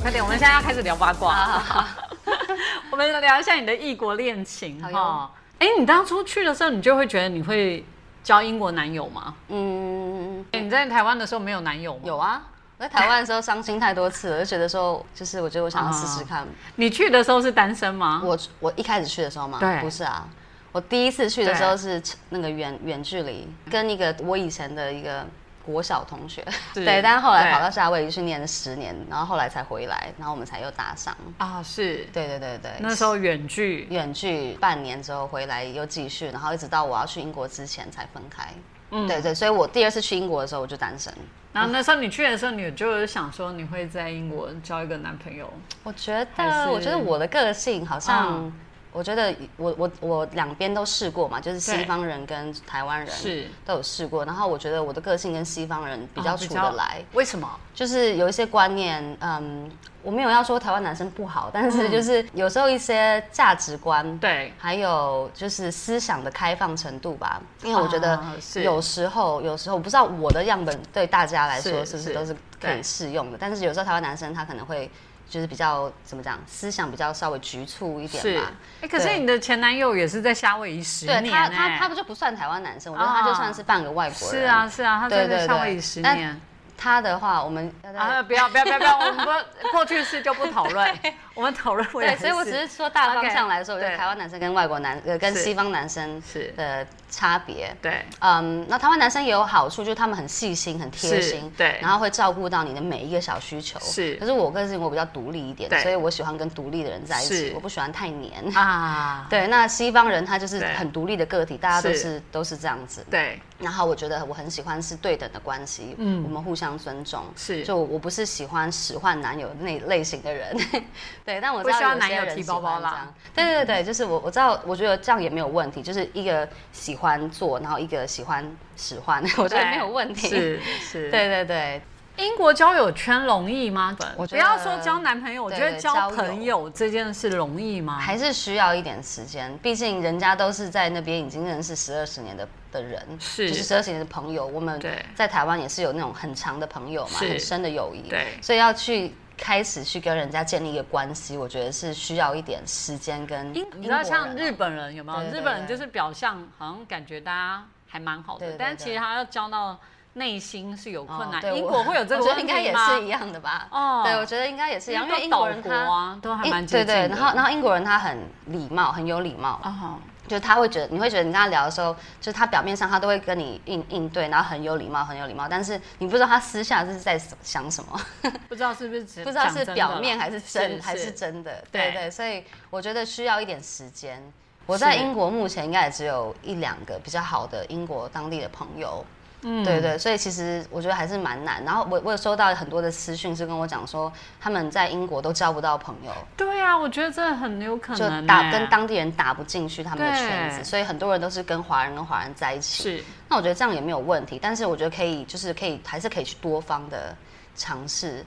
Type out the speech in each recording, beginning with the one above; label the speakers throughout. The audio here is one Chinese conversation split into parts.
Speaker 1: 快点，我们现在要开始聊八卦。
Speaker 2: 好好好
Speaker 1: 我们聊一下你的异国恋情
Speaker 2: 好哟
Speaker 1: 哈。哎、你当初去的时候，你就会觉得你会交英国男友吗？
Speaker 2: 嗯，
Speaker 1: 哎你在台湾的时候没有男友吗？
Speaker 2: 有啊。我在台湾的时候伤心太多次了，就觉得说，就是我觉得我想要试试看。
Speaker 1: 你去的时候是单身吗？
Speaker 2: 我我一开始去的时候嘛，
Speaker 1: 对
Speaker 2: 不是啊，我第一次去的时候
Speaker 1: 对
Speaker 2: 是那个远远距离，跟一个我以前的一个国小同学，
Speaker 1: 是
Speaker 2: 对，但是后来
Speaker 1: 对
Speaker 2: 跑到夏威夷去念了十年，然后后来才回来，然后我们才又搭上。
Speaker 1: 啊，是
Speaker 2: 对对对对，
Speaker 1: 那时候远距，
Speaker 2: 远距半年之后回来又继续，然后一直到我要去英国之前才分开。
Speaker 1: 嗯
Speaker 2: 对对，所以我第二次去英国的时候我就单身。
Speaker 1: 然后那时候你去的时候，你就想说你会在英国交一个男朋友，
Speaker 2: 我觉
Speaker 1: 还是
Speaker 2: 得，我觉得我的个性好像，
Speaker 1: 嗯
Speaker 2: 我觉得我我我两边都试过嘛，就是西
Speaker 1: 对
Speaker 2: 方人跟台湾人
Speaker 1: 是
Speaker 2: 都有试过。然后我觉得我的个性跟西方人比较
Speaker 1: 哦
Speaker 2: 处得来，
Speaker 1: 为什么？
Speaker 2: 就是有一些观念，嗯，我没有要说台湾男生不好，但
Speaker 1: 嗯
Speaker 2: 是就是有时候一些价值观，
Speaker 1: 对，
Speaker 2: 还有就是思想的开放程度吧，因为我觉得
Speaker 1: 啊是
Speaker 2: 有时候，有时候我不知道我的样本对大家来说
Speaker 1: 是
Speaker 2: 是不
Speaker 1: 是
Speaker 2: 是都是可
Speaker 1: 对
Speaker 2: 以适用的，但是有时候台湾男生他可能会就是比较怎么讲，思想比较稍微局促一点
Speaker 1: 是。
Speaker 2: 吧
Speaker 1: 哎。、可是
Speaker 2: 对
Speaker 1: 你的前男友也是在夏威夷十年、
Speaker 2: 对
Speaker 1: 欸，
Speaker 2: 他，他他不就不算台湾男生，我觉得他就算是半个外国
Speaker 1: 啊是
Speaker 2: 人。
Speaker 1: 啊，是啊，他在
Speaker 2: 对对
Speaker 1: 在
Speaker 2: 对
Speaker 1: 夏威夷十年。
Speaker 2: 他的话，我们要在
Speaker 1: 啊，不要不要不要不 要，我们不过去式就不讨论，我们讨论未来
Speaker 2: 对，
Speaker 1: 式。
Speaker 2: 所以我只是说大方向来说，我觉
Speaker 1: 啊 OK，
Speaker 2: 得台湾男生跟外国男呃跟
Speaker 1: 是
Speaker 2: 西方男生
Speaker 1: 是
Speaker 2: 的差别。
Speaker 1: 对
Speaker 2: 嗯，那台湾男生也有好处，就是他们很细心、很贴
Speaker 1: 是
Speaker 2: 心，
Speaker 1: 对
Speaker 2: 然后会照顾到你的每一个小需求。
Speaker 1: 是
Speaker 2: 可是我个性我比较独立一点
Speaker 1: 对，
Speaker 2: 所以我喜欢跟独立的人在一起
Speaker 1: 是，
Speaker 2: 我不喜欢太黏。
Speaker 1: 啊，
Speaker 2: 对，那西方人他就是
Speaker 1: 对
Speaker 2: 很独立的个体，大家都
Speaker 1: 是
Speaker 2: 是都是这样子。
Speaker 1: 对
Speaker 2: 然后我觉得我很喜欢是对等的关系，
Speaker 1: 嗯
Speaker 2: 嗯，我们互相尊重，
Speaker 1: 是
Speaker 2: 就我不是喜欢使唤男友那类型的人， 对，但我知
Speaker 1: 不需要
Speaker 2: 道有
Speaker 1: 男
Speaker 2: 些
Speaker 1: 友
Speaker 2: 人
Speaker 1: 提
Speaker 2: 喜
Speaker 1: 包包
Speaker 2: 欢这
Speaker 1: 啦
Speaker 2: 样，对对对，就是我我知道，我觉得这样也没有问题，就是一个喜欢做，然后一个喜欢使唤， 我觉得
Speaker 1: 对
Speaker 2: 没有问题，，
Speaker 1: 是是。
Speaker 2: 对对对，
Speaker 1: 英国交友圈容易吗？
Speaker 2: 我
Speaker 1: 不
Speaker 2: 觉得
Speaker 1: 要说交男朋友，我觉得
Speaker 2: 对对
Speaker 1: 交
Speaker 2: 交友
Speaker 1: 朋友这件事容易吗？
Speaker 2: 还是需要一点时间，毕竟人家都是在那边已经认识十二十年的的人，
Speaker 1: 是
Speaker 2: 就是十二十年的朋友。我们
Speaker 1: 对
Speaker 2: 在台湾也是有那种很长的朋友嘛，
Speaker 1: 是
Speaker 2: 很深的友谊，
Speaker 1: 对
Speaker 2: 所以要去。开始去跟人家建立一个关系，我觉得是需要一点时间跟
Speaker 1: 英你知
Speaker 2: 英国
Speaker 1: 道像
Speaker 2: 人
Speaker 1: 日
Speaker 2: 啊
Speaker 1: 本人有没有？
Speaker 2: 对对对
Speaker 1: 日本人就是表象，好像感觉大家还蛮好的，
Speaker 2: 对对对
Speaker 1: 但其实他要交到内心是有困难。
Speaker 2: 哦对
Speaker 1: 啊英
Speaker 2: 我
Speaker 1: 国会有这个
Speaker 2: 我觉
Speaker 1: 问
Speaker 2: 得
Speaker 1: 题
Speaker 2: 应
Speaker 1: 吗？
Speaker 2: 该也是一样的吧。
Speaker 1: 哦
Speaker 2: 对，我觉得应该也是一样，因为英
Speaker 1: 岛
Speaker 2: 国人
Speaker 1: 国
Speaker 2: 他
Speaker 1: 啊，都还
Speaker 2: 英
Speaker 1: 蛮接
Speaker 2: 对
Speaker 1: 近的。
Speaker 2: 对，然后然后英国人他很礼貌，很有礼貌，
Speaker 1: 哦，
Speaker 2: 就是他会觉得，你会觉得你跟他聊的时候，就是他表面上他都会跟你应应对，然后很有礼貌，很有礼貌，但是你不知道他私下是在想什么，
Speaker 1: 不知道是不是只
Speaker 2: 不知道
Speaker 1: 讲
Speaker 2: 是
Speaker 1: 真的啦
Speaker 2: 表面还是真还是真的，对对，所以我觉得需要一点时间。我在
Speaker 1: 是
Speaker 2: 英国目前应该也只有一两个比较好的英国当地的朋友，
Speaker 1: 嗯
Speaker 2: 对对，所以其实我觉得还是蛮难。然后我我有收到很多的私讯是跟我讲说，他们在英国都交不到朋友，
Speaker 1: 对啊，我觉得这很有可
Speaker 2: 就
Speaker 1: 能
Speaker 2: 打
Speaker 1: 欸
Speaker 2: 跟当地人打不进去他们的圈
Speaker 1: 对
Speaker 2: 子，所以很多人都是跟华人跟华人在一起。
Speaker 1: 是
Speaker 2: 那我觉得这样也没有问题，但是我觉得可以，就是可以还是可以去多方的尝试。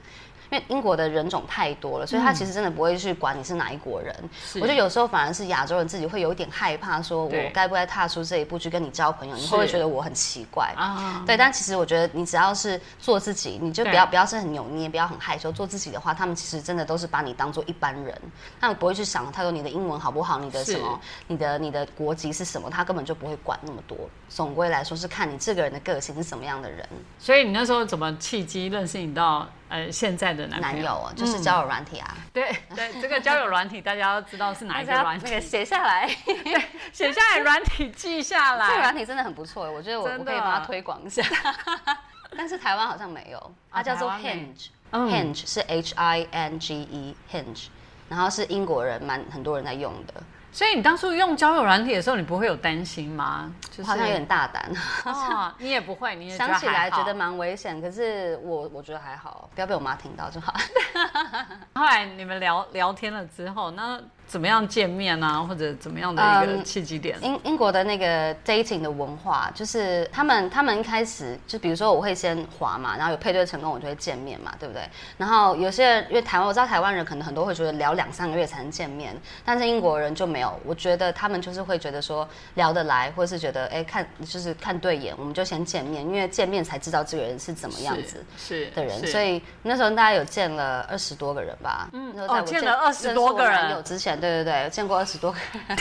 Speaker 2: 因为英国的人种太多了，所以他其实真的不会去管你是哪一国人。
Speaker 1: 嗯是
Speaker 2: 我觉得有时候反而是亚洲人自己会有一点害怕，说
Speaker 1: 对
Speaker 2: 我该不该踏出这一步去跟你交朋友？你会不会
Speaker 1: 是
Speaker 2: 觉得我很奇怪？
Speaker 1: 啊，
Speaker 2: 对，但其实我觉得你只要是做自己，你就不要
Speaker 1: 对
Speaker 2: 不要是很扭捏，不要很害羞，做自己的话，他们其实真的都是把你当做一般人，他们不会去想太多你的英文好不好，你的
Speaker 1: 是
Speaker 2: 什么，你的你的国籍是什么，他根本就不会管那么多。总归来说是看你这个人的个性是什么样的人，
Speaker 1: 所以你那时候怎么契机认识你到呃现在的男朋
Speaker 2: 男友啊，就是
Speaker 1: 嗯
Speaker 2: 交友软体啊，
Speaker 1: 对对，这个交友软体大家要知道是哪一个
Speaker 2: 大家
Speaker 1: 软体，
Speaker 2: 那个写下来，
Speaker 1: 写下来软体记下
Speaker 2: 这
Speaker 1: 来。
Speaker 2: 个软体真的很不错，我觉得我
Speaker 1: 真的
Speaker 2: 我可以帮他推广一下。 但是台湾好像没有，它叫做
Speaker 1: 哦台湾没
Speaker 2: Hinge，Hinge、
Speaker 1: 嗯
Speaker 2: Hinge 是 H I N G E Hinge，然后是英国人蛮很多人在用的，
Speaker 1: 所以你当初用交友软体的时候，你不会有担心吗？就是
Speaker 2: 我好像有点大 胆，
Speaker 1: 哦，你也不会，你也觉得
Speaker 2: 想起来
Speaker 1: 还好
Speaker 2: 觉得蛮危险，可是我我觉得还好，不要被我妈听到就好。
Speaker 1: 后来你们聊聊天了之后，那怎么样见面啊，或者怎么样的一个
Speaker 2: 嗯
Speaker 1: 契机点？
Speaker 2: 英英国的那个 dating 的文化，就是他们他们一开始就比如说我会先滑嘛，然后有配对成功，我就会见面嘛，对不对？然后有些人因为台湾，我知道台湾人可能很多会觉得聊两三个月才能见面，但是英国人就没有。我觉得他们就是会觉得说聊得来，或是觉得哎看就是看对眼，我们就先见面，因为见面才知道这个人是怎么样子。
Speaker 1: 是
Speaker 2: 的人，
Speaker 1: 是
Speaker 2: 所以那时候大概有见了二十多个人吧。嗯，
Speaker 1: 哦见了20多个人
Speaker 2: 有之前，对对对，见过二十多个人，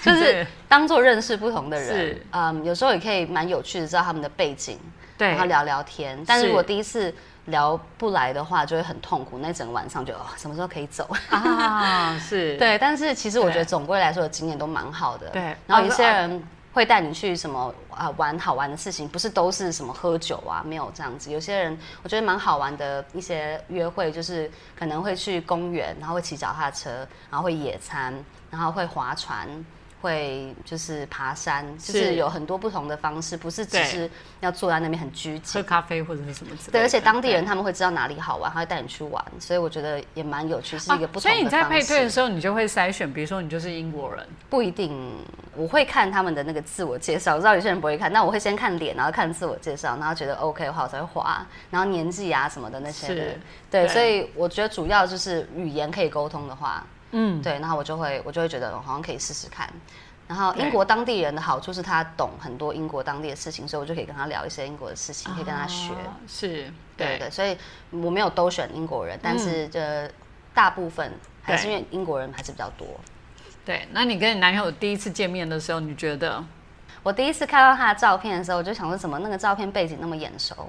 Speaker 2: 就
Speaker 1: 对
Speaker 2: 是当做认识不同的人
Speaker 1: 是。
Speaker 2: 嗯，有时候也可以蛮有趣的，知道他们的背景，
Speaker 1: 对
Speaker 2: 然后 聊聊天。但是如果第一次聊不来的话，就会很痛苦，那整个晚上就哦，什么时候可以走？
Speaker 1: 啊，是，
Speaker 2: 对，但是其实我觉得
Speaker 1: 对
Speaker 2: 总归来说的经验都蛮好的。
Speaker 1: 对
Speaker 2: 然后
Speaker 1: 哦
Speaker 2: 有
Speaker 1: 那
Speaker 2: 些
Speaker 1: 啊
Speaker 2: 人会带你去什么啊、玩好玩的事情，不是都是什么喝酒啊，没有这样子。有些人我觉得蛮好玩的一些约会，就是可能会去公园，然后会骑脚踏车，然后会野餐，然后会划船。会就是爬山，就是
Speaker 1: 是
Speaker 2: 有很多不同的方式，不是只
Speaker 1: 对
Speaker 2: 是要坐在那边很拘谨
Speaker 1: 喝。咖啡或者是什么之类的。
Speaker 2: 对，而且当地人他们会知道哪里好玩，他会带你去玩，所以我觉得也蛮有趣，是一个不同的方式。
Speaker 1: 啊哦所以你在配对的时候，你就会筛选，比如说你就是英国人，
Speaker 2: 不一定，我会看他们的那个自我介绍，我知道有些人不会看，但我会先看脸，然后看自我介绍，然后觉得 OK 的话，我才会划，然后年纪啊什么的那些的
Speaker 1: 是
Speaker 2: 对，
Speaker 1: 对
Speaker 2: 所以我觉得主要就是语言可以沟通的话，
Speaker 1: 嗯，
Speaker 2: 对，然后我就会我就会觉得好像可以试试看。然后
Speaker 1: 对
Speaker 2: 英国当地人的好处是他懂很多英国当地的事情，所以我就可以跟他聊一些英国的事情，可以跟他学。
Speaker 1: 啊是，对
Speaker 2: 对
Speaker 1: 嗯
Speaker 2: 对，所以我没有都选英国人，但是这大部分还是因
Speaker 1: 对
Speaker 2: 为英国人还是比较多。
Speaker 1: 对。那你跟你男友第一次见面的时候，你觉得
Speaker 2: 我第一次看到他的照片的时候，我就想说，怎么那个照片背景那么眼熟？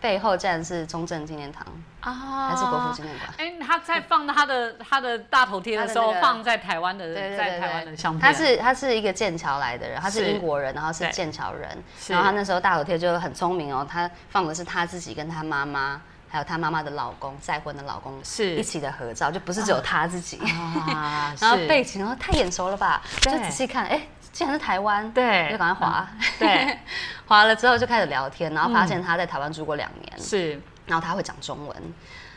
Speaker 2: 背后竟然是中正纪念堂，
Speaker 1: 啊
Speaker 2: 还是国父纪念馆？
Speaker 1: 哎、他在放他的他的大头贴的时候，
Speaker 2: 他的那个
Speaker 1: 放在台湾的
Speaker 2: 对对对
Speaker 1: 在
Speaker 2: 对，
Speaker 1: 台湾的相片，
Speaker 2: 他是他是一个剑桥来的人，他是
Speaker 1: 是
Speaker 2: 英国人，然后是
Speaker 1: 对
Speaker 2: 剑桥人，
Speaker 1: 是
Speaker 2: 然后他那时候大头贴就很聪明哦，他放的是他自己跟他妈妈，还有他妈妈的老公再婚的老公
Speaker 1: 是
Speaker 2: 一起的合照，就不是只有他自己。
Speaker 1: 啊，
Speaker 2: 然后
Speaker 1: 是
Speaker 2: 背景哦太眼熟了吧，就
Speaker 1: 对
Speaker 2: 仔细看，哎，竟然是台湾，
Speaker 1: 对
Speaker 2: 就赶快划，
Speaker 1: 对，
Speaker 2: 划了之后就开始聊天，然后发现他在台湾住过两年，
Speaker 1: 是
Speaker 2: 然后他会讲中文，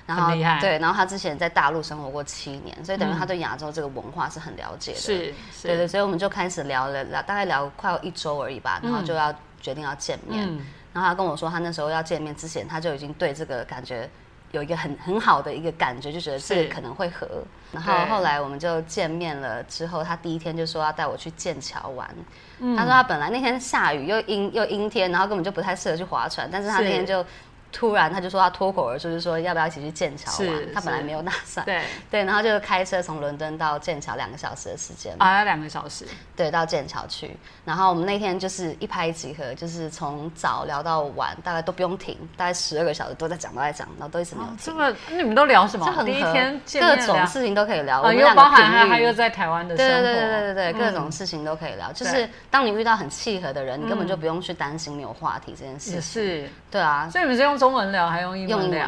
Speaker 2: 然后
Speaker 1: 很厉害嗯
Speaker 2: 对，然后他之前在大陆生活过七年，所以等于他对亚洲这个文化是很了解的。，
Speaker 1: 是是，
Speaker 2: 对对，所以我们就开始聊了，聊大概聊快要一周而已吧，然后就要决定要见面。
Speaker 1: 嗯
Speaker 2: 然后他跟我说，他那时候要见面之前，他就已经对这个感觉有一个很很好的一个感觉，就觉得这
Speaker 1: 是
Speaker 2: 个可能会合。然后后来我们就见面了之后，他第一天就说要带我去剑桥玩。
Speaker 1: 嗯
Speaker 2: 他说他本来那天下雨又阴又阴天，然后根本就不太适合去划船，但是他
Speaker 1: 是
Speaker 2: 那天就突然他就说他脱口而出，就说要不要一起去剑桥玩
Speaker 1: 是？
Speaker 2: 他本来
Speaker 1: 是
Speaker 2: 没有打算。
Speaker 1: 对，
Speaker 2: 对，然后就开车从伦敦到剑桥两个小时的时间。
Speaker 1: 啊，要两个小时，
Speaker 2: 对，到剑桥去。然后我们那天就是一拍即合，就是从早聊到晚，大概都不用停，大概十二个小时都在讲，都在讲，然后都一直没有
Speaker 1: 哦这
Speaker 2: 停，
Speaker 1: 么你们都聊什么
Speaker 2: 就？很
Speaker 1: 哦第一
Speaker 2: 合
Speaker 1: 天见
Speaker 2: 各
Speaker 1: 面
Speaker 2: 种
Speaker 1: 聊
Speaker 2: 事情都可以聊。
Speaker 1: 啊，
Speaker 2: 我们
Speaker 1: 又
Speaker 2: 两个
Speaker 1: 包含
Speaker 2: 频
Speaker 1: 他
Speaker 2: 率
Speaker 1: 他又在台湾的
Speaker 2: 对
Speaker 1: 生活，嗯
Speaker 2: 对对对对对，各种事情都可以聊，就是
Speaker 1: 对嗯
Speaker 2: 当你遇到很契合的人，你根本就不用去担心没有话题这件事
Speaker 1: 也
Speaker 2: 情。
Speaker 1: 是。
Speaker 2: 对啊，
Speaker 1: 所以你们是用中文聊，还用英
Speaker 2: 用
Speaker 1: 文
Speaker 2: 英文
Speaker 1: 聊？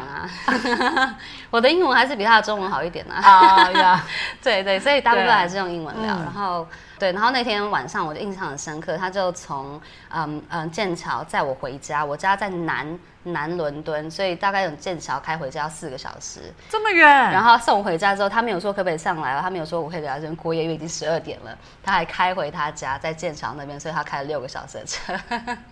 Speaker 2: 啊， 我的英文还是比他的中文好一点啊。
Speaker 1: 啊呀，
Speaker 2: 对对，所以大部分
Speaker 1: 对
Speaker 2: 还是用英文聊。
Speaker 1: 嗯
Speaker 2: 然后对，然后那天晚上我就印象很深刻，他就从嗯嗯剑桥载我回家，我家在南南伦敦，所以大概从剑桥开回家要四个小时。
Speaker 1: 这么远，
Speaker 2: 然后送我回家之后，他没有说可不可以上来哦，他没有说我可以聊这边过夜，因为已经十二点了。他还开回他家，在剑桥那边，所以他开了六个小时的车。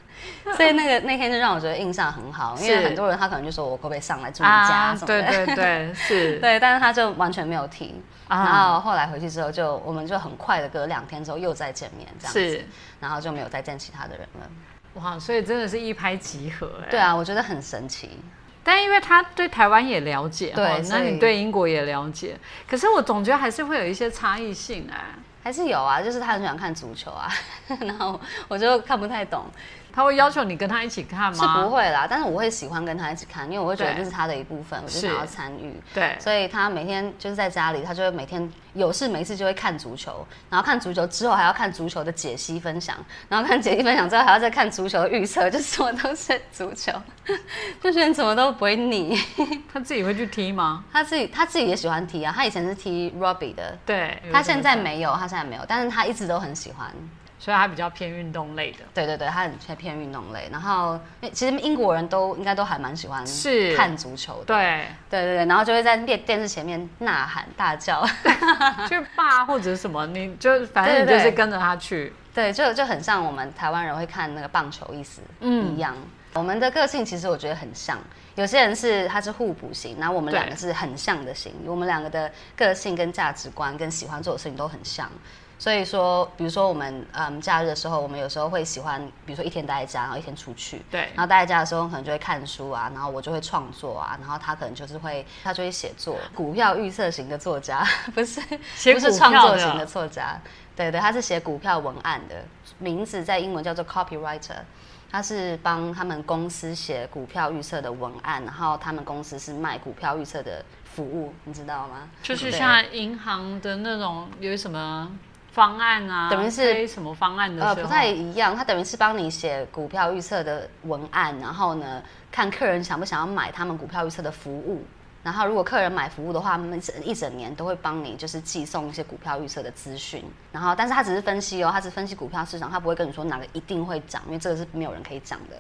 Speaker 2: 所以那个那天就让我觉得印象很好，因为
Speaker 1: 是
Speaker 2: 很多人他可能就说我可不可以上来住你家
Speaker 1: 啊
Speaker 2: 什，么的。
Speaker 1: 对对 对，是，
Speaker 2: 对，但是他就完全没有提。
Speaker 1: 啊
Speaker 2: 然后后来回去之后就，我们就很快的隔两天之后又再见面，这样子，
Speaker 1: 是，
Speaker 2: 然后就没有再见其他的人了。
Speaker 1: 哇，所以真的是一拍即合哎。
Speaker 2: 对啊，我觉得很神奇。
Speaker 1: 但因为他对台湾也了解，
Speaker 2: 对
Speaker 1: 哦
Speaker 2: 所
Speaker 1: 那
Speaker 2: 以
Speaker 1: 你对英国也了解，可是我总觉得还是会有一些差异性哎、
Speaker 2: 还是有啊，就是他很喜欢看足球啊， 然后我就看不太懂，
Speaker 1: 他会要求你跟他一起看
Speaker 2: 是
Speaker 1: 吗？
Speaker 2: 不会啦，但是我会喜欢跟他一起看，因为我会觉得
Speaker 1: 对
Speaker 2: 这是他的一部分，我就是想要参与。
Speaker 1: 对，
Speaker 2: 所以他每天就是在家里，他就会每天有事没事就会看足球，然后看足球之后还要看足球的解析分享，然后看解析分享之后还要再看足球的预测，就什么都是足球， 就觉得你怎么都不会腻。
Speaker 1: 他自己会去踢吗？
Speaker 2: 他自己他自己也喜欢踢啊，他以前是踢 rugby 的，
Speaker 1: 对，
Speaker 2: 他现在没有，他现在没有，但是他一直都很喜欢。
Speaker 1: 所以它比较偏运动类的。
Speaker 2: 对对对，他很偏偏运动类。然后因为其实英国人都应该都还蛮喜欢
Speaker 1: 是
Speaker 2: 看足球的，
Speaker 1: 对，
Speaker 2: 对对对，然后就会在电电视前面呐喊大叫，
Speaker 1: 去爸或者什么，你就反正你就
Speaker 2: 对对
Speaker 1: 是
Speaker 2: 对
Speaker 1: 跟着他去。
Speaker 2: 对，就就很像我们台湾人会看那个棒球意思
Speaker 1: 嗯
Speaker 2: 一样。我们的个性其实我觉得很像，有些人是他是互补型，然后我们
Speaker 1: 对
Speaker 2: 两个是很像的型，我们两个的个性跟价值观跟喜欢做的事情都很像。所以说，比如说我们嗯假日的时候，我们有时候会喜欢，比如说一天待在家，然后一天出去，
Speaker 1: 对
Speaker 2: 然后待在家的时候可能就会看书啊，然后我就会创作啊，然后他可能就是会他就会写作，股票预测型的作家不是
Speaker 1: 写
Speaker 2: 不是
Speaker 1: 股
Speaker 2: 创
Speaker 1: 票
Speaker 2: 作
Speaker 1: 的
Speaker 2: 型的作家，对对，他是写股票文案的，名字在英文叫做 copywriter。他是帮他们公司写股票预测的文案，然后他们公司是卖股票预测的服务，你知道吗？
Speaker 1: 就是
Speaker 2: 对
Speaker 1: 像银行的那种有什么方案啊，
Speaker 2: 等于是
Speaker 1: 推什么方案的时候，哎
Speaker 2: 呃不太一样，他等于是帮你写股票预测的文案，然后呢看客人想不想要买他们股票预测的服务。然后，如果客人买服务的话，他们整一整年都会帮你，就是寄送一些股票预测的资讯。然后，但是他只是分析哦，他只分析股票市场，他不会跟你说哪个一定会涨，因为这个是没有人可以讲的。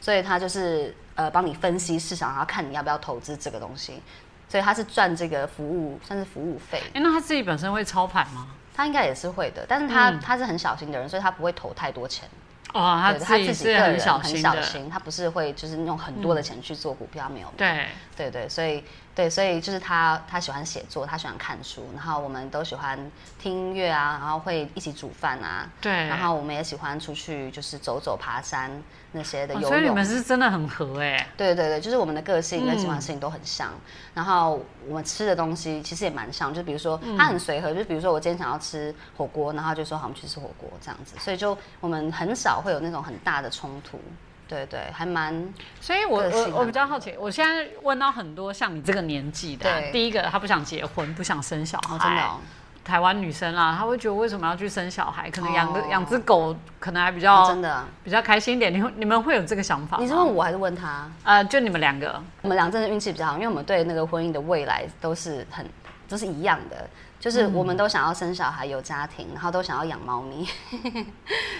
Speaker 2: 所以他就是呃帮你分析市场，然后看你要不要投资这个东西。所以他是赚这个服务，算是服务费。
Speaker 1: 哎、那他自己本身会操盘吗？
Speaker 2: 他应该也是会的，但是他、
Speaker 1: 嗯
Speaker 2: 他是很小心的人，所以他不会投太多钱。
Speaker 1: 哦，他
Speaker 2: 对
Speaker 1: 自己
Speaker 2: 个
Speaker 1: 是
Speaker 2: 人
Speaker 1: 很小心的，嗯
Speaker 2: 他不是会就是用很多的钱去做股票，没有。
Speaker 1: 对，
Speaker 2: 对对，所以对，所以就是他他喜欢写作，他喜欢看书，然后我们都喜欢听音乐啊，然后会一起煮饭啊，
Speaker 1: 对
Speaker 2: 然后我们也喜欢出去就是走走、爬山那些的
Speaker 1: 哦
Speaker 2: 游
Speaker 1: 所以你
Speaker 2: 泳。
Speaker 1: 们是真的很合哎、
Speaker 2: 对对对，就是我们的个性跟喜
Speaker 1: 嗯
Speaker 2: 欢的事情都很像，然后我们吃的东西其实也蛮像，就比如说他很随和，就比如说我今天想要吃火锅，然后他就说好，我们去吃火锅这样子，所以就我们很少会有那种很大的冲突，对对，还蛮
Speaker 1: 所以我
Speaker 2: 个性
Speaker 1: 我
Speaker 2: 啊
Speaker 1: 我比较好奇，我现在问到很多像你这个年纪的啊、
Speaker 2: 对
Speaker 1: 第一个他不想结婚，不想生小孩，
Speaker 2: 哦，真的哦、
Speaker 1: 台湾女生啦，她会觉得为什么要去生小孩？可能养个
Speaker 2: 哦
Speaker 1: 养只狗，可能还比
Speaker 2: 哦
Speaker 1: 较、
Speaker 2: 真的啊，
Speaker 1: 比较开心一点。你会你们会有这个想法吗？
Speaker 2: 你是问我还是问他？
Speaker 1: 呃，就你们两个，
Speaker 2: 我们俩真的运气比较好，因为我们对那个婚姻的未来都是很都是一样的，就是我们都想要生小孩、有家庭，然后都想要养猫咪，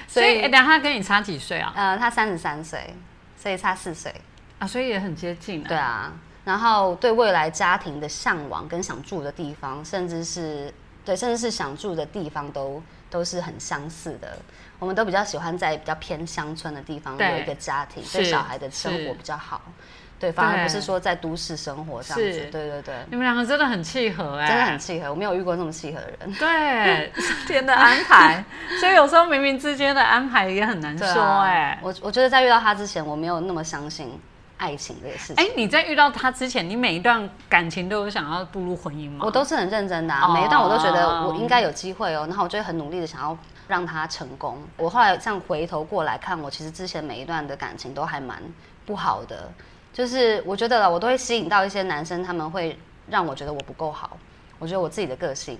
Speaker 1: 所
Speaker 2: 所
Speaker 1: 以
Speaker 2: 以
Speaker 1: 哎、等一下她跟你差几岁啊？
Speaker 2: 呃，他三十三岁，所以差四岁。
Speaker 1: 啊，所以也很接近啊。
Speaker 2: 对啊，然后对未来家庭的向往跟想住的地方，甚至是对，甚至是想住的地方都都是很相似的。我们都比较喜欢在比较偏乡村的地方
Speaker 1: 对
Speaker 2: 有一个家庭，对
Speaker 1: 是
Speaker 2: 小孩的生
Speaker 1: 是
Speaker 2: 活比较好。对，反而不是
Speaker 1: 对
Speaker 2: 说在都市生活这样子
Speaker 1: 是。
Speaker 2: 对对对，
Speaker 1: 你们两个真的很契合哎、
Speaker 2: 真的很契合，我没有遇过这么契合的人。
Speaker 1: 对上天的安排， 所以有时候冥冥之间的安排也很难
Speaker 2: 对
Speaker 1: 说
Speaker 2: 啊
Speaker 1: 哎、
Speaker 2: 我我觉得在遇到他之前，我没有那么相信爱情这个事情。
Speaker 1: 哎、你在遇到他之前，你每一段感情都有想要步入婚姻吗？
Speaker 2: 我都是很认真的、啊，
Speaker 1: 哦
Speaker 2: 每一段我都觉得我应该有机会哦，然后我就会很努力的想要让它成功。我后来这样回头过来看，我其实之前每一段的感情都还蛮不好的，就是我觉得啦我都会吸引到一些男生，他们会让我觉得我不够好，我觉得我自己的个性，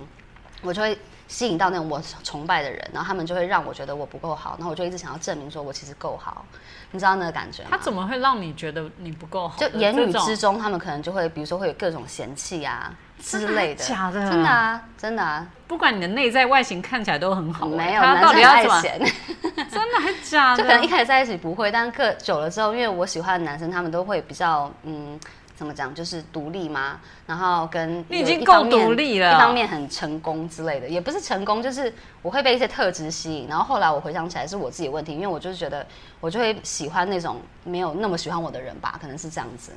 Speaker 2: 我就会吸引到那种我崇拜的人，然后他们就会让我觉得我不够好，然后我就一直想要证明说我其实够好，你知道那个感觉吗？
Speaker 1: 他怎么会让你觉得你不够好
Speaker 2: 就
Speaker 1: 的？
Speaker 2: 言语
Speaker 1: 这种
Speaker 2: 之中，他们可能就会，比如说会有各种嫌弃啊
Speaker 1: 真
Speaker 2: 之
Speaker 1: 的
Speaker 2: 类的，
Speaker 1: 假的
Speaker 2: 真的啊，真的啊，
Speaker 1: 不管你的内在外形看起来都很好、欸，
Speaker 2: 没有
Speaker 1: 他
Speaker 2: 男
Speaker 1: 到
Speaker 2: 生
Speaker 1: 底
Speaker 2: 很
Speaker 1: 要
Speaker 2: 爱
Speaker 1: 怎么？
Speaker 2: 嫌，
Speaker 1: 真的还假的？
Speaker 2: 就可能一开始在一起不会，但个久了之后，因为我喜欢的男生，他们都会比较嗯。怎么讲？就是独立嘛，然后跟
Speaker 1: 你已
Speaker 2: 有
Speaker 1: 经
Speaker 2: 一方
Speaker 1: 够独
Speaker 2: 面
Speaker 1: 立了
Speaker 2: 一方面很成功之类的，也不是成功，就是我会被一些特质吸引。然后后来我回想起来是我自己的问题，因为我就是觉得我就会喜欢那种没有那么喜欢我的人吧，可能是这样子。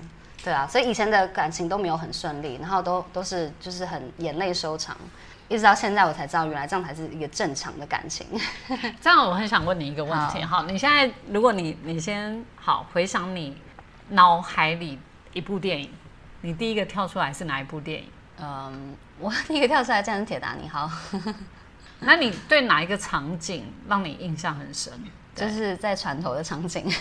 Speaker 2: 对啊，所以以前的感情都没有很顺利，然后都都是就是很眼泪收场，一直到现在我才知道，原来这样才是一个正常的感情。
Speaker 1: 这样，我很想问你一个问题。好，你现在如果你你先好回想你脑海里一部电影，你第一个跳出来是哪一部电影？
Speaker 2: 嗯，我 第一个跳出来竟然是铁达 尼号，
Speaker 1: 那你对哪一个场景让你印象很深？
Speaker 2: 就是在船头的 场景，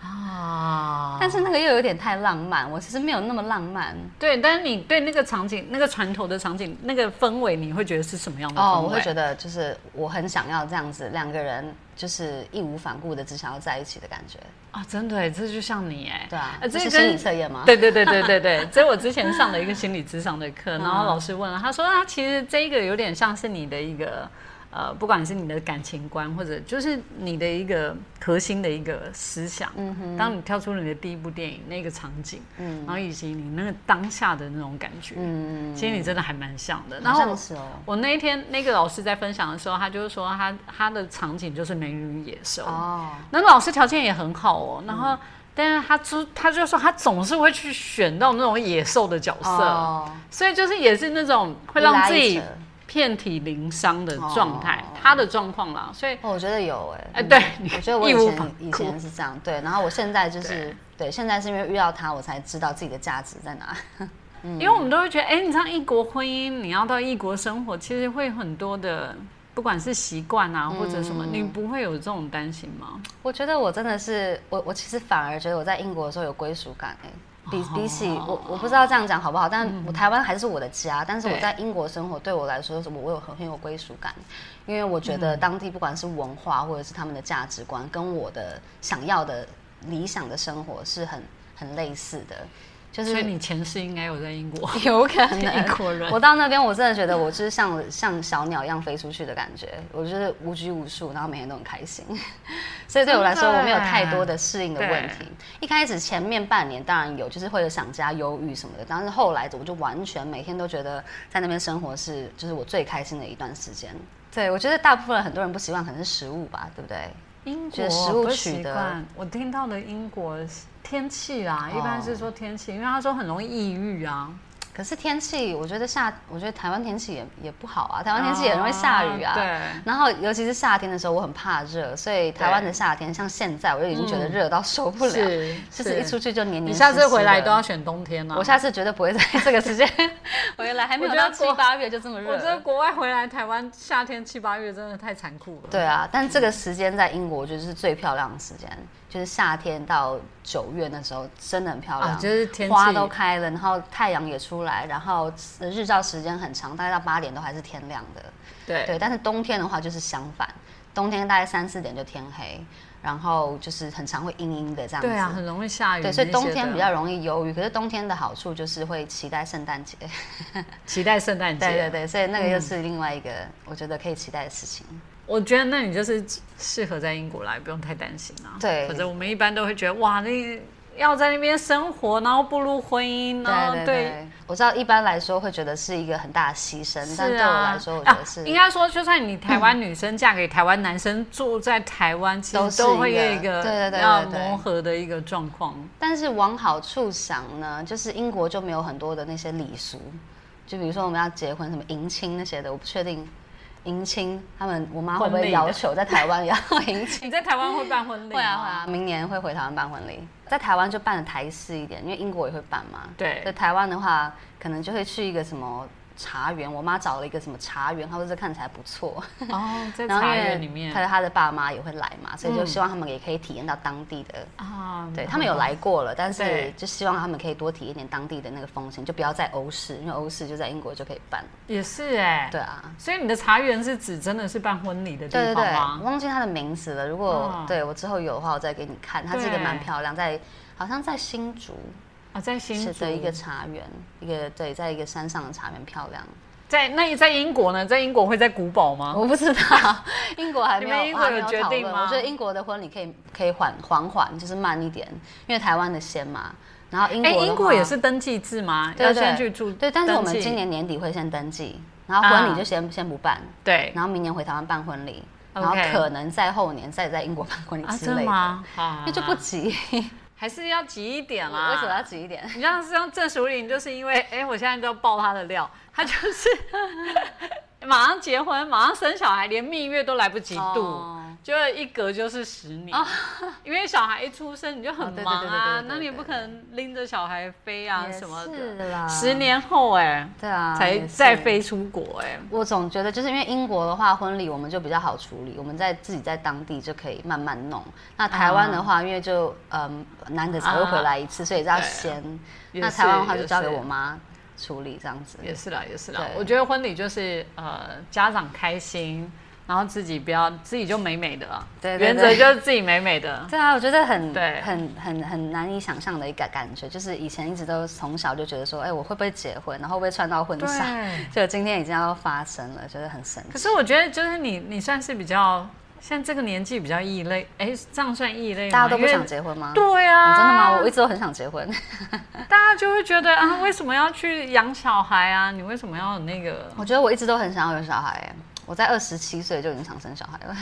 Speaker 1: 哦啊，
Speaker 2: 但是那个又有点太浪漫，我其实没有那么浪漫。
Speaker 1: 对，但是你对那个场景、那个船头的场景、那个氛围，你会觉得是什么样的氛围？
Speaker 2: 哦，我会觉得就是我很想要这样子，两个人就是义无反顾的只想要在一起的感觉。
Speaker 1: 啊，真的耶，这就像你哎，
Speaker 2: 对啊，
Speaker 1: 呃
Speaker 2: 这
Speaker 1: 这
Speaker 2: 是
Speaker 1: 个
Speaker 2: 心理
Speaker 1: 跟
Speaker 2: 测验吗？
Speaker 1: 对对对对对 对，所以我之前上
Speaker 2: 嗯
Speaker 1: 了一个心理智商的课，然后老师问了，他说啊，其实这一个有点像是你的一个呃，不管是你的感情观，或者就是你的一个核心的一个思想。
Speaker 2: 嗯
Speaker 1: 当你跳出了你的第一部电影那个场景，然后以及你那个当下的那种感觉，
Speaker 2: 嗯，
Speaker 1: 其实你真的还蛮像的。然
Speaker 2: 好
Speaker 1: 后
Speaker 2: 像是哦。
Speaker 1: 我那一天那个老师在分享的时候，他就是说他他的场景就是美女与野兽。
Speaker 2: 哦，
Speaker 1: 那老师条件也很好哦，
Speaker 2: 嗯
Speaker 1: 然后，但是他就他就说他总是会去选到那种野兽的角色，
Speaker 2: 哦
Speaker 1: 所以就是也是那种会
Speaker 2: 一
Speaker 1: 让
Speaker 2: 拉
Speaker 1: 自
Speaker 2: 一
Speaker 1: 己
Speaker 2: 扯
Speaker 1: 遍体鳞伤的状态，他的状况啦，所以
Speaker 2: 哦，我觉得有哎、
Speaker 1: 哎对
Speaker 2: 嗯哦我觉得我
Speaker 1: 义
Speaker 2: 以
Speaker 1: 无
Speaker 2: 前
Speaker 1: 反
Speaker 2: 以
Speaker 1: 顾
Speaker 2: 前是这样，对，然后我现在就是对，现在是因为遇到他，我才知道自己的价值在哪。
Speaker 1: 因为我们都会觉得，哎、你像异国婚姻，你要到异国生活，其实会有很多的，不管是习惯啊
Speaker 2: 嗯
Speaker 1: 或者什么，你不会有这种担心吗？
Speaker 2: 我觉得我真的是，我我其实反而觉得我在英国的时候有归属感哎、比
Speaker 1: 哦
Speaker 2: 比起我，我不知道这样讲好不好，
Speaker 1: 嗯
Speaker 2: 但我台湾还是我的家，但是我
Speaker 1: 对
Speaker 2: 在英国生活对我来说，我我有很很有归属感，因为我觉
Speaker 1: 嗯
Speaker 2: 得当地不管是文化或者是他们的价值观，跟我的想要的理想的生活是很很类似的，就是
Speaker 1: 所以你前世应该有在英国，
Speaker 2: 有可 能
Speaker 1: 英国人
Speaker 2: 我到那边，我真的觉得我就是像像小鸟一样飞出去的感觉，我就是无拘无束，然后每天都很开心。 所以对我来说，
Speaker 1: 真的
Speaker 2: 我没有太多的适应的问
Speaker 1: 对
Speaker 2: 题。一开始前面半年当然有，就是会有想家、忧郁什么的，但是后来我就完全每天都觉得在那边生活是就是我最开心的一段时间。对，我觉得大部分很多人不习惯，可能是食物吧，对不对？
Speaker 1: 英国
Speaker 2: 觉得食物
Speaker 1: 不
Speaker 2: 取
Speaker 1: 习
Speaker 2: 得
Speaker 1: 惯，我听到的英国天气啦，
Speaker 2: 哦
Speaker 1: 一般是说天气，因为他说很容易抑郁啊。
Speaker 2: 可是天气，我觉得夏，我觉得台湾天气也也不好啊，台湾天气也容易下雨啊。
Speaker 1: 对，
Speaker 2: 然后尤其是夏天的时候，我很怕热，所以台湾的夏天像现在，我就已经觉得热到受不了，
Speaker 1: 嗯是
Speaker 2: 就是一出去就黏黏
Speaker 1: 你
Speaker 2: 湿湿
Speaker 1: 下次回来
Speaker 2: 的
Speaker 1: 都要。选冬天啊。
Speaker 2: 我下次绝对不会 在这个时间回来，还没有
Speaker 1: 我觉
Speaker 2: 到
Speaker 1: 得
Speaker 2: 七
Speaker 1: 国
Speaker 2: 八月就这么
Speaker 1: 我
Speaker 2: 热
Speaker 1: 觉。得国外回来台湾夏天七八月真的太残酷了。
Speaker 2: 对啊，但这个时间在英国就是最漂亮的时间，就是夏天到九月那时候真的很漂亮，
Speaker 1: 啊就是天气
Speaker 2: 花都开了，然后太阳也出来，然后日照时间很长，大概到八点都还是天亮的。
Speaker 1: 对
Speaker 2: 对，但是冬天的话就是相反，冬天大概三四点就天黑，然后就是很常会阴阴的这样子。
Speaker 1: 对啊，很容易下雨那
Speaker 2: 对
Speaker 1: 些的。
Speaker 2: 所以冬天比较容易忧郁，可是冬天的好处就是会期待圣诞节。
Speaker 1: 期待圣诞节。
Speaker 2: 对对，对，所以那
Speaker 1: 嗯
Speaker 2: 个又是另外一个、我觉得可以期待的事情。
Speaker 1: 我觉得那你就是适合在英国来，不用太担心啊。
Speaker 2: 对
Speaker 1: 否则我们一般都会觉得哇，那要在那边生活，然后步入婚姻，然后
Speaker 2: 对对对，我知道一般来说会觉得是一个很大的牺牲，但对我来说，我觉得是、
Speaker 1: 啊、应该说，就算你台湾女生嫁给台湾男生，住在台湾，其
Speaker 2: 都
Speaker 1: 实
Speaker 2: 是
Speaker 1: 都会
Speaker 2: 一个
Speaker 1: 有一个
Speaker 2: 对对对对
Speaker 1: 要
Speaker 2: 对
Speaker 1: 磨合的一个状况。
Speaker 2: 但是往好处想呢，就是英国就没有很多的那些礼俗，就比如说我们要结婚什么迎亲那些的，我不确定迎亲他们我妈会不
Speaker 1: 婚
Speaker 2: 会
Speaker 1: 礼
Speaker 2: 要
Speaker 1: 的
Speaker 2: 求在台湾也要 迎亲？
Speaker 1: 你在台湾会办婚礼吗？
Speaker 2: 会啊会啊，明年会回台湾办婚礼，在台湾就办的台式一点，因为英国也会办嘛。
Speaker 1: 对
Speaker 2: 在台湾的话，可能就会去一个什么茶园，我妈找了一个什么茶园，她说这看起来不错。
Speaker 1: 哦，在
Speaker 2: 然后因
Speaker 1: 茶
Speaker 2: 为
Speaker 1: 园里面
Speaker 2: 她的她的爸妈也会来嘛，所以就希望他们也可以体验到当地的
Speaker 1: 啊，
Speaker 2: 对他们有来过了，但是
Speaker 1: 对
Speaker 2: 就希望他们可以多体验点当地的那个风情，就不要在欧式，因为欧式就在英国就可以办。
Speaker 1: 也是哎、
Speaker 2: 对啊，
Speaker 1: 所以你的茶园是指真的是办婚礼的
Speaker 2: 对
Speaker 1: 地
Speaker 2: 对
Speaker 1: 方
Speaker 2: 对，
Speaker 1: 吗？
Speaker 2: 我忘记它的名字了。如果、
Speaker 1: 嗯
Speaker 2: 对我之后有的话，我再给你看。它是一个
Speaker 1: 对
Speaker 2: 蛮漂亮，在好像在新竹
Speaker 1: 啊，在新
Speaker 2: 是
Speaker 1: 竹
Speaker 2: 的一个茶园，一个对，在一个山上的茶园漂亮。
Speaker 1: 在那在英国呢，在英国会在古堡吗？
Speaker 2: 我不知道英国还没有
Speaker 1: 哦你们英国
Speaker 2: 还没
Speaker 1: 有决
Speaker 2: 讨论
Speaker 1: 定吗
Speaker 2: 我觉得英国的婚礼可以可以缓缓缓，就是慢一点，因为台湾的先嘛。然后英国
Speaker 1: 哎、
Speaker 2: 的话、
Speaker 1: 英国也是登记制吗？
Speaker 2: 对对
Speaker 1: 要先去住
Speaker 2: 对，但是我们
Speaker 1: 登记啊
Speaker 2: 今年年底会先登记，然后婚礼就先、先不办，
Speaker 1: 对
Speaker 2: 然后明年回台湾办婚礼，然
Speaker 1: OK
Speaker 2: 后可能在后年再在英国办婚礼
Speaker 1: 啊，
Speaker 2: 之
Speaker 1: 真的
Speaker 2: 类的，
Speaker 1: 吗？啊
Speaker 2: 因为就不 急，
Speaker 1: 还是要急一点啦。
Speaker 2: 为什么要急一点？
Speaker 1: 你像像郑淑玲，就是因为哎、我现在都要爆她的料，她就是 马上结婚，马上生小孩，连蜜月都来不及度。
Speaker 2: 哦
Speaker 1: 就一隔就是十年，因为小孩一出生你就很
Speaker 2: 哦对对对
Speaker 1: 忙啊
Speaker 2: 对对对对，
Speaker 1: 那你也不可能拎着小孩飞啊
Speaker 2: 也
Speaker 1: 什么的。
Speaker 2: 是啦，
Speaker 1: 十年后哎、
Speaker 2: 对啊，
Speaker 1: 才
Speaker 2: 也是
Speaker 1: 再。飞出国哎、
Speaker 2: 我总觉得就是因为英国的话，婚礼我们就比较好处理，我们在自己在当地就可以慢慢弄。那台湾的
Speaker 1: 啊
Speaker 2: 话，因为就嗯难得才会回来一次，所以要先。
Speaker 1: 也
Speaker 2: 那
Speaker 1: 是
Speaker 2: 台湾的话就
Speaker 1: 也
Speaker 2: 交给
Speaker 1: 是
Speaker 2: 我妈处理这样子。
Speaker 1: 也是啦，也是啦。
Speaker 2: 对
Speaker 1: 我觉得婚礼就是呃，家长开心，然后自己不要自己就美美的了。
Speaker 2: 对对
Speaker 1: 原则就是自己美美的。
Speaker 2: 对啊，我觉得很
Speaker 1: 对
Speaker 2: 很很很难以想象的一个感觉，就是以前一直都从小就觉得说，哎、我会不会结婚，然后会不会穿到婚纱，
Speaker 1: 对。
Speaker 2: 就今天已经要发生了，觉得很神
Speaker 1: 可
Speaker 2: 奇。
Speaker 1: 是我觉得就是你，你算是比较现在这个年纪比较异类，哎，这样算异类吗
Speaker 2: 大家都不
Speaker 1: 因为
Speaker 2: 想结婚吗？
Speaker 1: 对啊、
Speaker 2: 哦真的吗？我一直都很想结婚，
Speaker 1: 大家就会觉得啊，为什么要去养小孩啊？你为什么要有那个？
Speaker 2: 我觉得我一直都很想要有小孩、哎我在二十七岁就已经想生小孩了，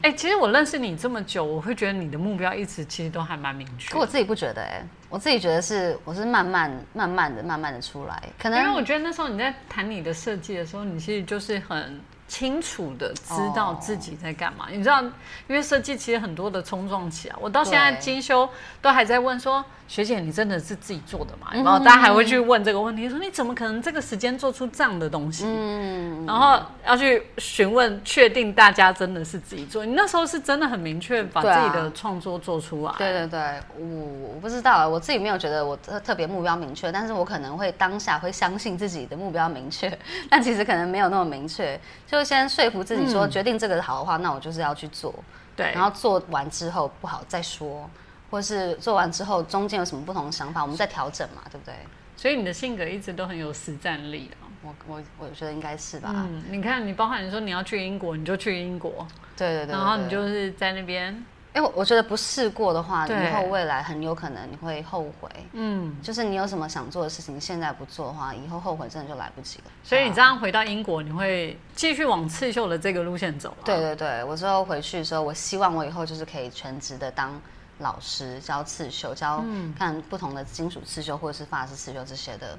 Speaker 1: 哎、其实我认识你这么久，我会觉得你的目标一直其实都还蛮明确
Speaker 2: 可。我自己不觉得、哎，我自己觉得是我是慢慢慢慢的慢慢的出来，可能
Speaker 1: 因为我觉得那时候你在谈你的设计的时候，你其实就是很清楚的知道
Speaker 2: 哦
Speaker 1: 自己在干嘛。你知道，因为设计其实很多的冲撞期啊，我到现在
Speaker 2: 对
Speaker 1: 精修都还在问说，学姐你真的是自己做的
Speaker 2: 嗯
Speaker 1: 吗？然后大家还会去问这个问题，说你怎么可能这个时间做出这样的东西？
Speaker 2: 嗯，
Speaker 1: 然后要去询问，确定大家真的是自己做。你那时候是真的很明确把
Speaker 2: 对啊
Speaker 1: 自己的创作做出来。
Speaker 2: 对对对，我我不知道，我自己没有觉得我特特别目标明确，但是我可能会当下会相信自己的目标明确， 但其实可能没有那么明确，就先说服自己说，决定这个好的话，那我就是要去做，
Speaker 1: 嗯对
Speaker 2: 然后做完之后不好再说，或是做完之后中间有什么不同的想法，我们再调整嘛，对不对？
Speaker 1: 所以你的性格一直都很有实战力啊。
Speaker 2: 我我我觉得应该是吧，
Speaker 1: 嗯，你看，你包含你说你要去英国，你就去英国，
Speaker 2: 对对对对
Speaker 1: 然后
Speaker 2: 对
Speaker 1: 你就是在那边，
Speaker 2: 哎、我我觉得不试过的话，
Speaker 1: 对
Speaker 2: 以后未来很有可能你会后悔。
Speaker 1: 嗯，
Speaker 2: 就是你有什么想做的事情，现在不做的话，以后后悔真的就来不及了。
Speaker 1: 所以你这样回到英国，你会继续往刺绣的这个路线走、啊。
Speaker 2: 对，对对，我之后回去的时候，我希望我以后就是可以全职的当老师，教刺绣，教
Speaker 1: 嗯
Speaker 2: 看不同的金属刺绣或者是发饰刺绣这些的。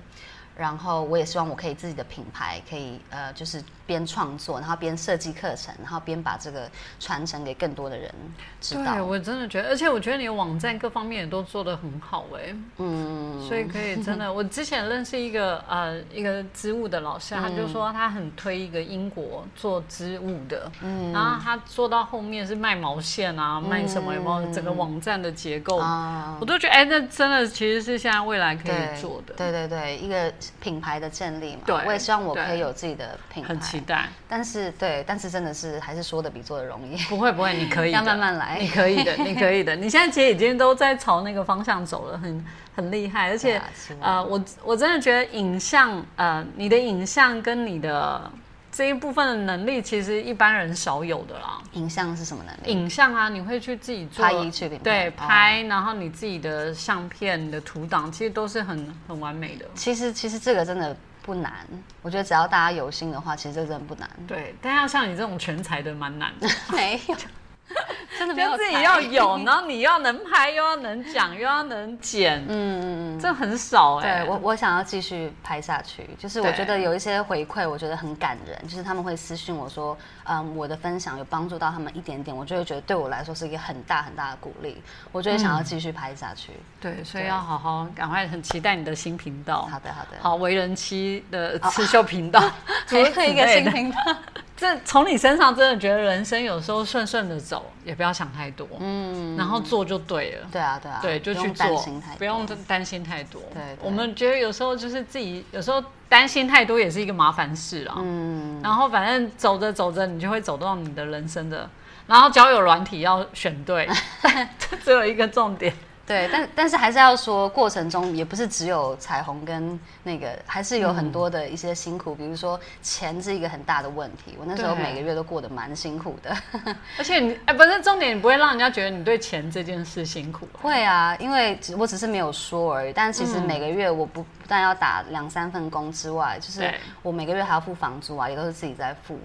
Speaker 2: 然后我也希望我可以自己的品牌，可以呃，就是边创作，然后边设计课程，然后边把这个传承给更多的人知
Speaker 1: 对
Speaker 2: 道。
Speaker 1: 我真的觉得，而且我觉得你的网站各方面也都做得很好哎、
Speaker 2: 嗯，
Speaker 1: 所以可以真 的，我之前认识一个呃一个织物的老师，
Speaker 2: 嗯
Speaker 1: 他就说他很推一个英国做织物的，
Speaker 2: 嗯
Speaker 1: 然后他做到后面是卖毛线啊，卖什么有没有整个网站的结构，
Speaker 2: 啊
Speaker 1: 我都觉得哎、那真的其实是现在未来可
Speaker 2: 对
Speaker 1: 以做的，
Speaker 2: 对对对，一个品牌的建立嘛。
Speaker 1: 对
Speaker 2: 我也希望我可
Speaker 1: 对
Speaker 2: 以有自己的品牌
Speaker 1: 很。期待。
Speaker 2: 但是对，但是真的是还是说的比做的容易，
Speaker 1: 不会不会，你可以的，
Speaker 2: 要慢慢来
Speaker 1: 你可以的，你可以的。你现在其实已经都在朝那个方向走了，很很厉害。而且、
Speaker 2: 对啊希望
Speaker 1: 呃，我我真的觉得影像呃，你的影像跟你的这一部分的能力，其实一般人少有的啦。
Speaker 2: 影像是什么能力？
Speaker 1: 影像啊，你会去自己做
Speaker 2: 拍一去品牌
Speaker 1: 对
Speaker 2: 哦
Speaker 1: 拍，然后你自己的相片、你的图档，其实都是很很完美的。
Speaker 2: 其实其实这个真的不难，我觉得只要大家有心的话，其实这真的 不难。
Speaker 1: 对，但要像你这种全才的蛮难的，
Speaker 2: 没有， 真的没有
Speaker 1: 就
Speaker 2: 才，
Speaker 1: 自己要 有，然后你要能拍，又要能讲，又要能剪，
Speaker 2: 嗯。嗯嗯
Speaker 1: 这很少哎、
Speaker 2: 对我，我想要继续拍下去。就是我
Speaker 1: 对
Speaker 2: 觉得有一些回馈，我觉得很感人。就是他们会私信我说，嗯，我的分享有帮助到他们一点点，我就会觉得对我来说是一个很大很大的鼓励。我就会
Speaker 1: 嗯
Speaker 2: 想要继续拍下去。
Speaker 1: 对，所以
Speaker 2: 对
Speaker 1: 要好好，赶快很期待你的新频道。
Speaker 2: 好的，好的，
Speaker 1: 好，为人妻的刺绣频 道，
Speaker 2: 还
Speaker 1: 还
Speaker 2: 有一个新频道。
Speaker 1: 这从你身上真的觉得人生有时候顺顺的走，也不要想太多，
Speaker 2: 嗯，
Speaker 1: 然后做就对了。
Speaker 2: 对啊，对啊，
Speaker 1: 对，就
Speaker 2: 不
Speaker 1: 去
Speaker 2: 用担
Speaker 1: 做
Speaker 2: 心太，
Speaker 1: 不用担心太多。
Speaker 2: 对对
Speaker 1: 我们觉得有时候就是自己，有时候担心太多也是一个麻烦事啊。
Speaker 2: 嗯，
Speaker 1: 然后反正走着走着，你就会走到你的人生的。然后交友软体要选 对，这只有一个重点。
Speaker 2: 对，但但是还是要说，过程中也不是只有彩虹跟那个，还是有
Speaker 1: 嗯
Speaker 2: 很多的一些辛苦，比如说钱是一个很大的问题。我那时候
Speaker 1: 对
Speaker 2: 每个月都过得蛮辛苦的，
Speaker 1: 而且你哎，不是重点，你不会让人家觉得你对钱这件事辛苦。
Speaker 2: 会啊，因为只我只是没有说而已。但其实每个月我不不但要打两三份工之外，就
Speaker 1: 嗯
Speaker 2: 是
Speaker 1: 对
Speaker 2: 我每个月还要付房租啊，也都是自己在付。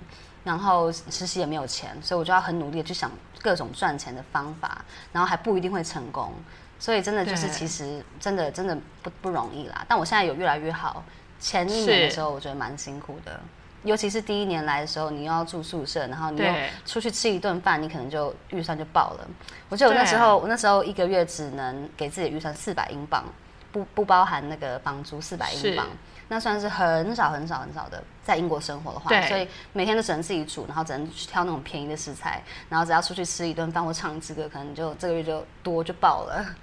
Speaker 2: 然后实习也没有钱，所以我就要很努力的去想各种赚钱的方法，然后还不一定会成功。所以真的就是，
Speaker 1: 对
Speaker 2: 其实真的真的不不容易啦。但我现在有越来越好。前一年的
Speaker 1: 是
Speaker 2: 时候，我觉得蛮辛苦的，尤其是第一年来的时候，你又要住宿舍，然后你又
Speaker 1: 对
Speaker 2: 出去吃一顿饭，你可能就预算就爆了。我记得我那时候，我那时候一个月只能给自己的预算四百英镑，不不包含那个房租四百英镑
Speaker 1: 是，
Speaker 2: 那算是很少很少很少的，在英国生活的话
Speaker 1: 对，
Speaker 2: 所以每天都只能自己煮，然后只能去挑那种便宜的食材，然后只要出去吃一顿饭或唱一支歌，可能就这个月就多就爆了。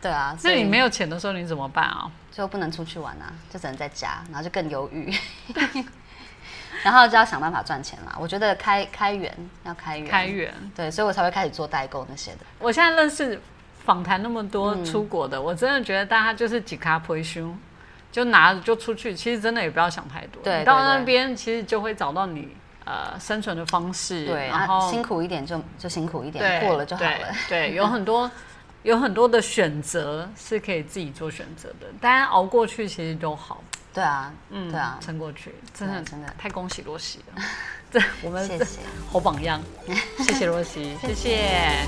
Speaker 2: 对啊，所
Speaker 1: 那
Speaker 2: 以
Speaker 1: 你没有钱的时候你怎么办啊？
Speaker 2: 就不能出去玩啊，就只能在家，然后就更忧郁。 然后就要想办法赚钱啦。我觉得开开源要开源，
Speaker 1: 开源。
Speaker 2: 对，所以我才会开始做代购那些的。
Speaker 1: 我现在认识访谈那么多出国的，我真的觉得大家就是几卡培胸，就拿着就出去，其实真的也不要想太多。
Speaker 2: 对
Speaker 1: 你到
Speaker 2: 对对
Speaker 1: 那边其实就会找到你呃生存的方式，
Speaker 2: 对，
Speaker 1: 然
Speaker 2: 啊，
Speaker 1: 后
Speaker 2: 辛苦一点就就辛苦一
Speaker 1: 对
Speaker 2: 点，过了就好了。
Speaker 1: 对，对有很多有很多的选择是可以自己做选择的，当然熬过去其实都好。
Speaker 2: 对啊，
Speaker 1: 嗯，
Speaker 2: 对啊，
Speaker 1: 撑过去，真的
Speaker 2: 对真的
Speaker 1: 太恭喜 罗西了，这我们
Speaker 2: 谢谢。
Speaker 1: 好榜样，谢谢罗西，谢谢